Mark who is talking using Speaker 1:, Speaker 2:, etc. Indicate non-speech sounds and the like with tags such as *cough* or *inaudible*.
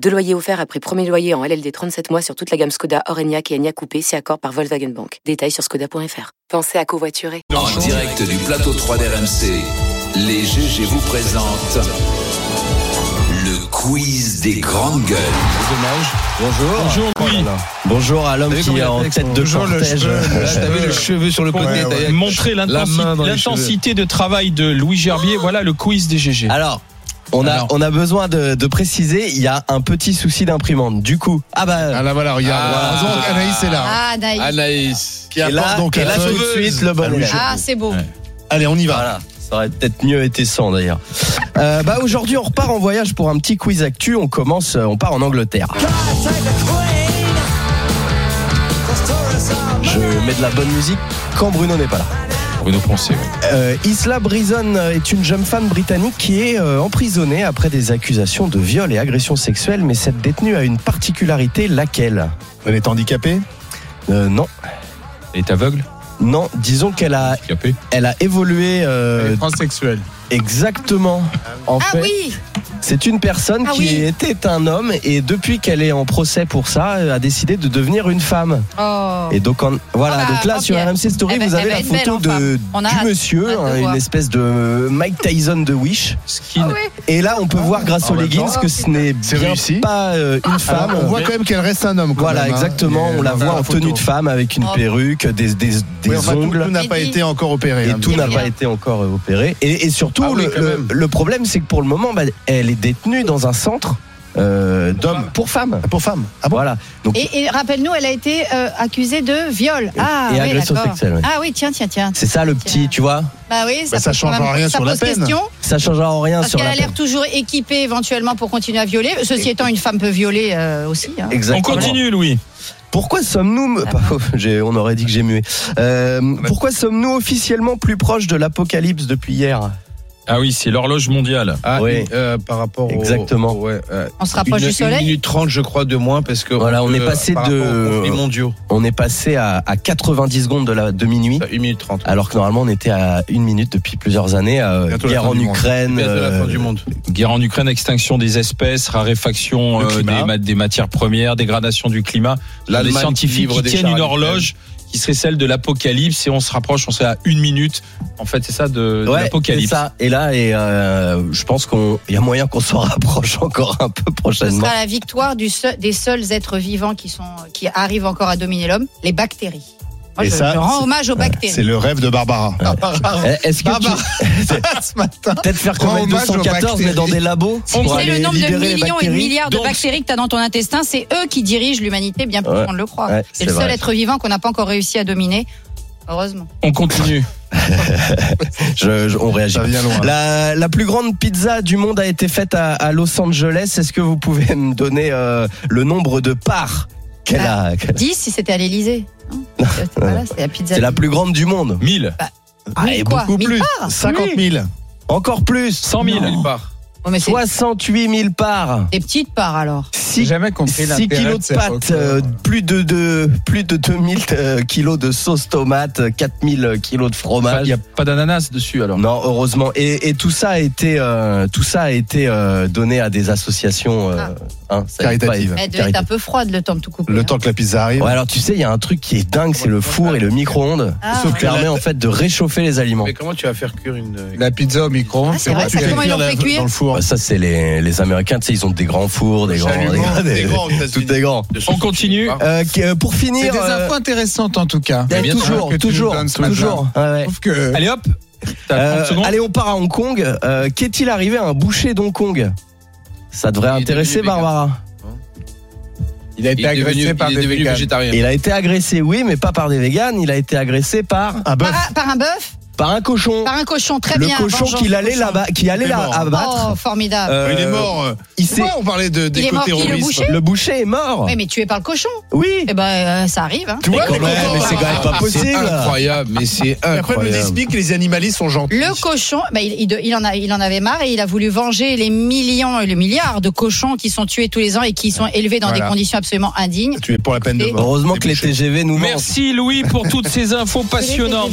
Speaker 1: Deux loyers offerts après premier loyer en LLD 37 mois sur toute la gamme Skoda, Orenia et Enya Coupé, si accord par Volkswagen Bank. Détails sur skoda.fr. Pensez à covoiturer.
Speaker 2: En direct du plateau 3 d'RMC, les GG vous présentent le quiz des grandes gueules.
Speaker 3: Bonjour.
Speaker 4: Bonjour, oui.
Speaker 3: Bonjour à l'homme
Speaker 4: T'as vu
Speaker 3: qui est
Speaker 4: comment il a
Speaker 3: en
Speaker 4: fait avec
Speaker 3: tête
Speaker 4: son-
Speaker 3: de
Speaker 4: Bonjour, le
Speaker 3: cortège.
Speaker 4: cheveu, le
Speaker 3: Là, T'avais le cheveu sur le côté.
Speaker 4: Ouais,
Speaker 3: t'avais-
Speaker 4: ouais. Montrer
Speaker 3: La main dans
Speaker 4: l'intensité
Speaker 3: les
Speaker 4: l'intensité de travail de Louis Gerbier. Voilà le quiz des GG.
Speaker 3: *laughs* Alors. On a,
Speaker 4: Alors.
Speaker 3: on a besoin de, de préciser, il y a un petit souci d'imprimante. Du coup, ah bah,
Speaker 5: Ah là voilà, regarde.
Speaker 3: Ah.
Speaker 5: Heureusement qu'Anaïs est là.
Speaker 6: Ah, Naïf.
Speaker 5: Anaïs. Qui
Speaker 3: et
Speaker 5: apporte
Speaker 3: là,
Speaker 5: donc
Speaker 3: et
Speaker 5: la
Speaker 3: là, tout
Speaker 5: feuille.
Speaker 3: de suite le bon élève.
Speaker 6: Ah, c'est beau.
Speaker 4: Ouais.
Speaker 5: Allez, on y va.
Speaker 3: Voilà, ça aurait peut-être mieux été sans d'ailleurs. Euh, bah aujourd'hui, on repart en voyage pour un petit quiz actu. On commence, euh, on part en Angleterre. Je mets de la bonne musique quand Bruno n'est pas là.
Speaker 4: Bruno Poncé.
Speaker 3: Euh, Isla Brison est une jeune femme britannique qui est euh, emprisonnée après des accusations de viol et agression sexuelle, mais cette détenue a une particularité, laquelle
Speaker 5: Elle est handicapée.
Speaker 3: Euh, Non,
Speaker 4: Elle est aveugle,
Speaker 3: non, disons qu'elle
Speaker 7: Ah.
Speaker 3: a,
Speaker 4: capé.
Speaker 3: elle a évolué euh,
Speaker 5: transsexuelle.
Speaker 3: exactement. En
Speaker 6: Ah
Speaker 3: fait,
Speaker 6: oui
Speaker 3: c'est une personne
Speaker 6: Ah
Speaker 3: qui
Speaker 6: oui.
Speaker 3: était un homme et depuis qu'elle est en procès pour ça, euh, a décidé de devenir une femme.
Speaker 6: Oh.
Speaker 3: Et donc en- voilà,
Speaker 6: Ah bah,
Speaker 3: donc là
Speaker 6: tant
Speaker 3: sur
Speaker 6: pis. ben,
Speaker 3: RMC Story,
Speaker 6: Elle va-
Speaker 3: vous avez
Speaker 6: elle va
Speaker 3: la
Speaker 6: être belle
Speaker 3: photo
Speaker 6: en
Speaker 3: de
Speaker 6: femme. On a
Speaker 3: du
Speaker 6: hâte-
Speaker 3: monsieur,
Speaker 6: hâte de
Speaker 3: hein, une
Speaker 6: voir. Ah
Speaker 3: espèce de Mike Tyson de Wish.
Speaker 4: Skin.
Speaker 3: Et là, on peut voir grâce
Speaker 5: En
Speaker 3: aux
Speaker 5: même
Speaker 3: leggings
Speaker 5: temps,
Speaker 3: que ce n'est
Speaker 5: Ah bah, c'est
Speaker 3: bien
Speaker 5: réussi. Ah,
Speaker 3: pas euh, une femme.
Speaker 5: on voit quand même qu'elle reste un homme. quand
Speaker 3: voilà,
Speaker 5: même, hein.
Speaker 3: exactement.
Speaker 5: Et
Speaker 3: on la voit en
Speaker 5: photo.
Speaker 3: tenue de femme avec une
Speaker 6: Oh.
Speaker 3: perruque, des, des, des
Speaker 5: Oui, enfin, tout-
Speaker 3: ongles.
Speaker 5: Tout n'a pas
Speaker 6: Et
Speaker 5: été encore opéré.
Speaker 3: Et
Speaker 5: hein,
Speaker 3: tout
Speaker 5: bien
Speaker 3: n'a
Speaker 5: sûr.
Speaker 3: pas été encore euh, opéré. Et, et surtout,
Speaker 5: Ah oui,
Speaker 3: le,
Speaker 5: quand
Speaker 3: le-
Speaker 5: même.
Speaker 3: le problème, c'est que pour le moment, bah, elle est détenue dans un centre euh, d'hommes pour femmes.
Speaker 5: Pour femme. Ah bon
Speaker 3: Voilà. Donc,
Speaker 6: Et, et rappelle-nous, elle a été euh, accusée de viol. Ah,
Speaker 3: et
Speaker 6: oui,
Speaker 3: agression
Speaker 6: d'accord.
Speaker 3: sexuelle, ouais.
Speaker 6: Ah oui, tiens, tiens, tiens.
Speaker 3: c'est ça le petit, tu vois.
Speaker 6: Bah oui,
Speaker 5: Bah, ça
Speaker 6: pose
Speaker 5: change
Speaker 6: quand même-
Speaker 5: rien
Speaker 6: ça
Speaker 5: sur la
Speaker 6: pose
Speaker 5: peine.
Speaker 6: question,
Speaker 3: Ça changera en rien
Speaker 6: parce
Speaker 3: sur
Speaker 6: qu'elle
Speaker 3: la
Speaker 6: a l'air
Speaker 3: peine.
Speaker 6: toujours équipée éventuellement pour continuer à violer. Ceci étant, une femme peut violer euh, aussi. hein.
Speaker 4: On
Speaker 3: Exactement.
Speaker 4: continue, Louis.
Speaker 3: Pourquoi sommes-nous
Speaker 6: Ah bon
Speaker 3: *laughs* J'ai- On aurait dit que j'ai mué. Euh,
Speaker 7: Ah, bah.
Speaker 3: pourquoi sommes-nous officiellement plus proches de l'apocalypse depuis hier
Speaker 4: Ah oui, c'est l'horloge mondiale.
Speaker 7: Ah,
Speaker 3: Oui.
Speaker 7: oui, euh, par rapport au-
Speaker 3: Exactement.
Speaker 7: au- ouais, euh,
Speaker 6: On se rapproche
Speaker 7: une-
Speaker 6: du soleil.
Speaker 7: Une minute trente, je crois, de moins, parce que.
Speaker 3: Voilà, on est
Speaker 7: peut,
Speaker 3: passé
Speaker 7: par
Speaker 3: de-
Speaker 7: rapport aux conflits mondiaux.
Speaker 3: On est passé à, à 90 secondes de, la, de minuit,
Speaker 7: Enfin, Une minute trente.
Speaker 3: alors que normalement on était à une minute depuis plusieurs années. euh,
Speaker 5: Bientôt la
Speaker 3: guerre
Speaker 5: fin
Speaker 3: en
Speaker 5: du monde.
Speaker 3: Ukraine.
Speaker 7: Bientôt la fin
Speaker 3: euh,
Speaker 7: du monde.
Speaker 4: Guerre en Ukraine, extinction des espèces, raréfaction
Speaker 7: Le
Speaker 4: euh, des,
Speaker 7: climat.
Speaker 4: ma- des matières premières, dégradation du climat. Là, les
Speaker 7: L'Allemagne qui
Speaker 4: scientifiques
Speaker 7: livre
Speaker 4: qui
Speaker 7: des
Speaker 4: tiennent
Speaker 7: chars à
Speaker 4: une
Speaker 7: l'Ukraine.
Speaker 4: horloge qui serait celle de l'apocalypse et on se rapproche, on serait à une minute. En fait, c'est ça de, de
Speaker 3: Ouais, c'est
Speaker 4: l'apocalypse.
Speaker 3: ça. Et là, et euh, je pense qu'on, il y a moyen qu'on s'en *laughs* rapproche encore un peu
Speaker 6: Ce
Speaker 3: prochainement.
Speaker 6: sera la victoire du seul- des seuls êtres vivants qui, sont, qui arrivent encore à dominer l'homme, les bactéries. Moi,
Speaker 5: Et
Speaker 6: je,
Speaker 5: ça,
Speaker 6: je rends
Speaker 5: c'est-
Speaker 6: hommage aux
Speaker 5: C'est
Speaker 6: bactéries.
Speaker 5: le rêve de Barbara.
Speaker 3: Eh, *laughs* Est-ce que
Speaker 7: Barbara.
Speaker 3: tu-
Speaker 5: *laughs*
Speaker 7: ce matin.
Speaker 3: peut-être faire
Speaker 7: Rends
Speaker 3: comme l
Speaker 7: hommage aux
Speaker 3: 214 mais dans des
Speaker 7: bactéries.
Speaker 3: labos
Speaker 6: On
Speaker 3: pour
Speaker 6: sait le
Speaker 3: aller
Speaker 6: nombre de
Speaker 3: libérer les
Speaker 6: millions et de
Speaker 3: bactéries.
Speaker 6: milliards
Speaker 4: Donc-
Speaker 6: de bactéries que tu as dans ton intestin. C'est eux qui dirigent l'humanité, bien plus
Speaker 3: Ouais.
Speaker 6: qu'on ne le croit.
Speaker 3: Ouais,
Speaker 6: c'est le
Speaker 3: vrai.
Speaker 6: seul être vivant qu'on n'a pas encore réussi à dominer. Heureusement.
Speaker 7: *laughs*
Speaker 4: On continue.
Speaker 3: Je- je- on réagit.
Speaker 5: Ça vient loin.
Speaker 3: La, la plus grande pizza du monde a été faite à, à Los Angeles. Est-ce que vous pouvez me donner euh, le nombre de parts qu'elle a qu'elle-
Speaker 6: 10 si c'était à l'Elysée.
Speaker 3: *laughs*
Speaker 6: Voilà, c'est la pizza.
Speaker 3: C'est la plus grande du monde.
Speaker 4: 1000,
Speaker 3: Ah, et
Speaker 6: quoi
Speaker 3: beaucoup
Speaker 6: Mille
Speaker 3: plus.
Speaker 6: parts
Speaker 5: 50 000.
Speaker 3: Encore plus.
Speaker 4: 100 000.
Speaker 6: Oh, mais c'est
Speaker 3: 68 000 parts.
Speaker 6: des petites parts alors.
Speaker 3: Six-
Speaker 7: jamais compris
Speaker 3: 6 kilos de pâtes, euh, plus de, de plus de 2000 euh, kilos de sauce tomate, euh, 4000 kilos de
Speaker 4: Pas- Il n'y
Speaker 3: fromage.
Speaker 4: a pas d'ananas dessus alors.
Speaker 3: Non, heureusement. Et, et tout ça a été, euh, tout ça a été euh, donné à des associations euh, hein, ça a été pas-
Speaker 5: Caritatives.
Speaker 6: Elle devait être
Speaker 3: Carité.
Speaker 6: un peu froide le temps de tout couper.
Speaker 5: Le
Speaker 6: hein.
Speaker 5: temps que la pizza arrive.
Speaker 3: Ouais, alors tu sais, il y a un truc qui est dingue, c'est le four et le micro-ondes.
Speaker 6: Ah,
Speaker 3: Sauf
Speaker 6: ouais.
Speaker 3: qui permet en fait de réchauffer les aliments.
Speaker 7: Mais comment tu vas faire cuire une. euh,
Speaker 5: La pizza au micro-ondes.
Speaker 6: Ah, c'est vrai,
Speaker 5: bon, tu
Speaker 6: ça,
Speaker 5: fais
Speaker 6: comment ils l'ont
Speaker 5: cuire
Speaker 6: fait
Speaker 5: la-
Speaker 6: cuire
Speaker 5: Dans le four.
Speaker 3: Bah, ça, c'est les, les Américains, tu sais, ils ont des grands fours, des grands.
Speaker 7: chalumeau,
Speaker 3: des grands-
Speaker 7: des grands aux
Speaker 3: tout
Speaker 7: États-Unis.
Speaker 3: est grand.
Speaker 7: de
Speaker 4: On
Speaker 7: sauce
Speaker 4: continue.
Speaker 7: au Chili,
Speaker 3: Euh, qui- euh, pour finir. euh,
Speaker 5: intéressantes en tout cas.
Speaker 3: eh,
Speaker 4: bien sûr
Speaker 3: toujours,
Speaker 5: que tu nous
Speaker 3: toujours,
Speaker 5: donnes ce
Speaker 3: toujours. ouais, ouais.
Speaker 5: Sauf que
Speaker 4: Allez hop, t'as 30
Speaker 3: Euh,
Speaker 4: secondes.
Speaker 3: allez, on part à Hong Kong. Euh, Qu'est-il arrivé à un boucher d'Hong Kong Ça devrait
Speaker 7: Il est
Speaker 3: intéresser
Speaker 7: devenu vegan.
Speaker 3: Barbara.
Speaker 5: Hein il a
Speaker 7: Il
Speaker 5: été
Speaker 7: est devenu,
Speaker 5: agressé par
Speaker 7: il est
Speaker 5: des
Speaker 7: devenu
Speaker 5: véganes.
Speaker 7: végétarien.
Speaker 3: Il a été agressé, oui, mais pas par des véganes. Il a été agressé par
Speaker 5: Un bœuf.
Speaker 6: Par, un- par un bœuf
Speaker 3: par un cochon.
Speaker 6: Par un cochon, Ah, très
Speaker 3: le
Speaker 6: bien.
Speaker 3: cochon
Speaker 6: vengeance
Speaker 3: qu'il
Speaker 6: du
Speaker 3: allait
Speaker 6: cochon.
Speaker 3: là qui allait
Speaker 5: Il est
Speaker 3: là
Speaker 5: mort.
Speaker 3: abattre.
Speaker 6: Oh, formidable.
Speaker 3: euh,
Speaker 5: Ah, Il est mort.
Speaker 3: il s'est-
Speaker 5: Pourquoi on parlait de,
Speaker 6: Il
Speaker 5: des
Speaker 6: est mort qui, le
Speaker 5: co-terroristes
Speaker 6: boucher
Speaker 3: le boucher est mort.
Speaker 6: Oui, mais tué par le cochon.
Speaker 3: Oui.
Speaker 6: Eh ben, euh, ça arrive. Hein.
Speaker 3: Tu vois,
Speaker 5: Mais
Speaker 3: mais
Speaker 5: quand même,
Speaker 3: comment-
Speaker 4: Ah,
Speaker 5: mais c'est quand même
Speaker 3: pas
Speaker 5: C'est
Speaker 3: possible.
Speaker 5: incroyable, mais c'est
Speaker 7: nous
Speaker 5: incroyable.
Speaker 7: explique
Speaker 5: que les animalistes sont gentils.
Speaker 6: Le cochon, bah, il, il- il en a, il en avait marre et il a voulu venger les millions et les milliards de cochons qui sont tués tous les ans et qui sont élevés dans
Speaker 5: Voilà.
Speaker 6: des conditions absolument indignes.
Speaker 5: Tu es pour la peine de
Speaker 6: Et-
Speaker 5: mort.
Speaker 3: Heureusement que les
Speaker 5: bouchers.
Speaker 3: TGV nous mentent.
Speaker 4: Merci Louis pour toutes ces infos passionnantes.